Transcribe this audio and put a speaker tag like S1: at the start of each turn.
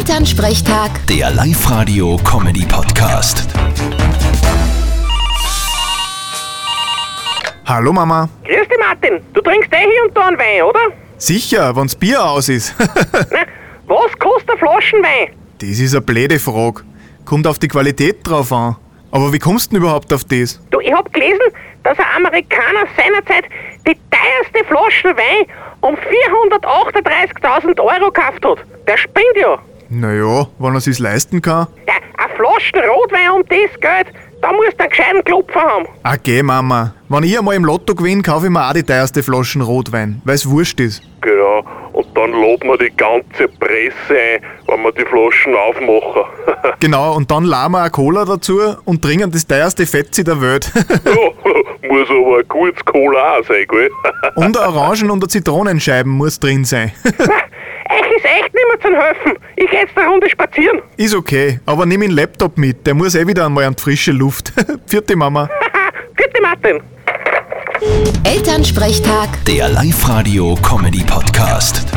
S1: Elternsprechtag,
S2: Der Live-Radio-Comedy-Podcast.
S3: Hallo Mama.
S4: Grüß dich, Martin. Du trinkst eh hier und da einen Wein, oder?
S3: Sicher, wenn's Bier aus ist.
S4: Na, was kostet ein Flaschenwein?
S3: das ist eine blöde Frage. Kommt auf die Qualität drauf an. Aber wie kommst du denn überhaupt auf das?
S4: Du, ich hab gelesen, dass ein Amerikaner seinerzeit die teuerste Flasche Wein um 438.000 Euro gekauft hat. Der spinnt ja.
S3: Naja, wenn er sich's leisten kann.
S4: ja ein Flaschen Rotwein um das Geld, da musst du einen gescheiten Klopfer haben.
S3: Ah, geh Mama. Wenn ich einmal im Lotto gewinne, kaufe ich mir auch die teuerste Flaschen Rotwein, weil's wurscht ist.
S5: Genau. Und dann loben wir die ganze Presse ein, wenn wir die Flaschen aufmachen.
S3: Genau, und dann laden wir eine Cola dazu und trinken das teuerste Fetzi der Welt.
S5: ja, muss aber ein gutes Cola auch sein, gell?
S3: und eine Orangen- und eine Zitronenscheiben muss drin sein.
S4: Ich ist echt nicht mehr zu helfen. Ich geh jetzt eine Runde spazieren.
S3: ist okay, aber nimm den Laptop mit, der muss eh wieder einmal an die frische Luft. Vierte Mama.
S4: Haha, Gute Martin.
S1: Elternsprechtag.
S2: Der Live-Radio-Comedy-Podcast.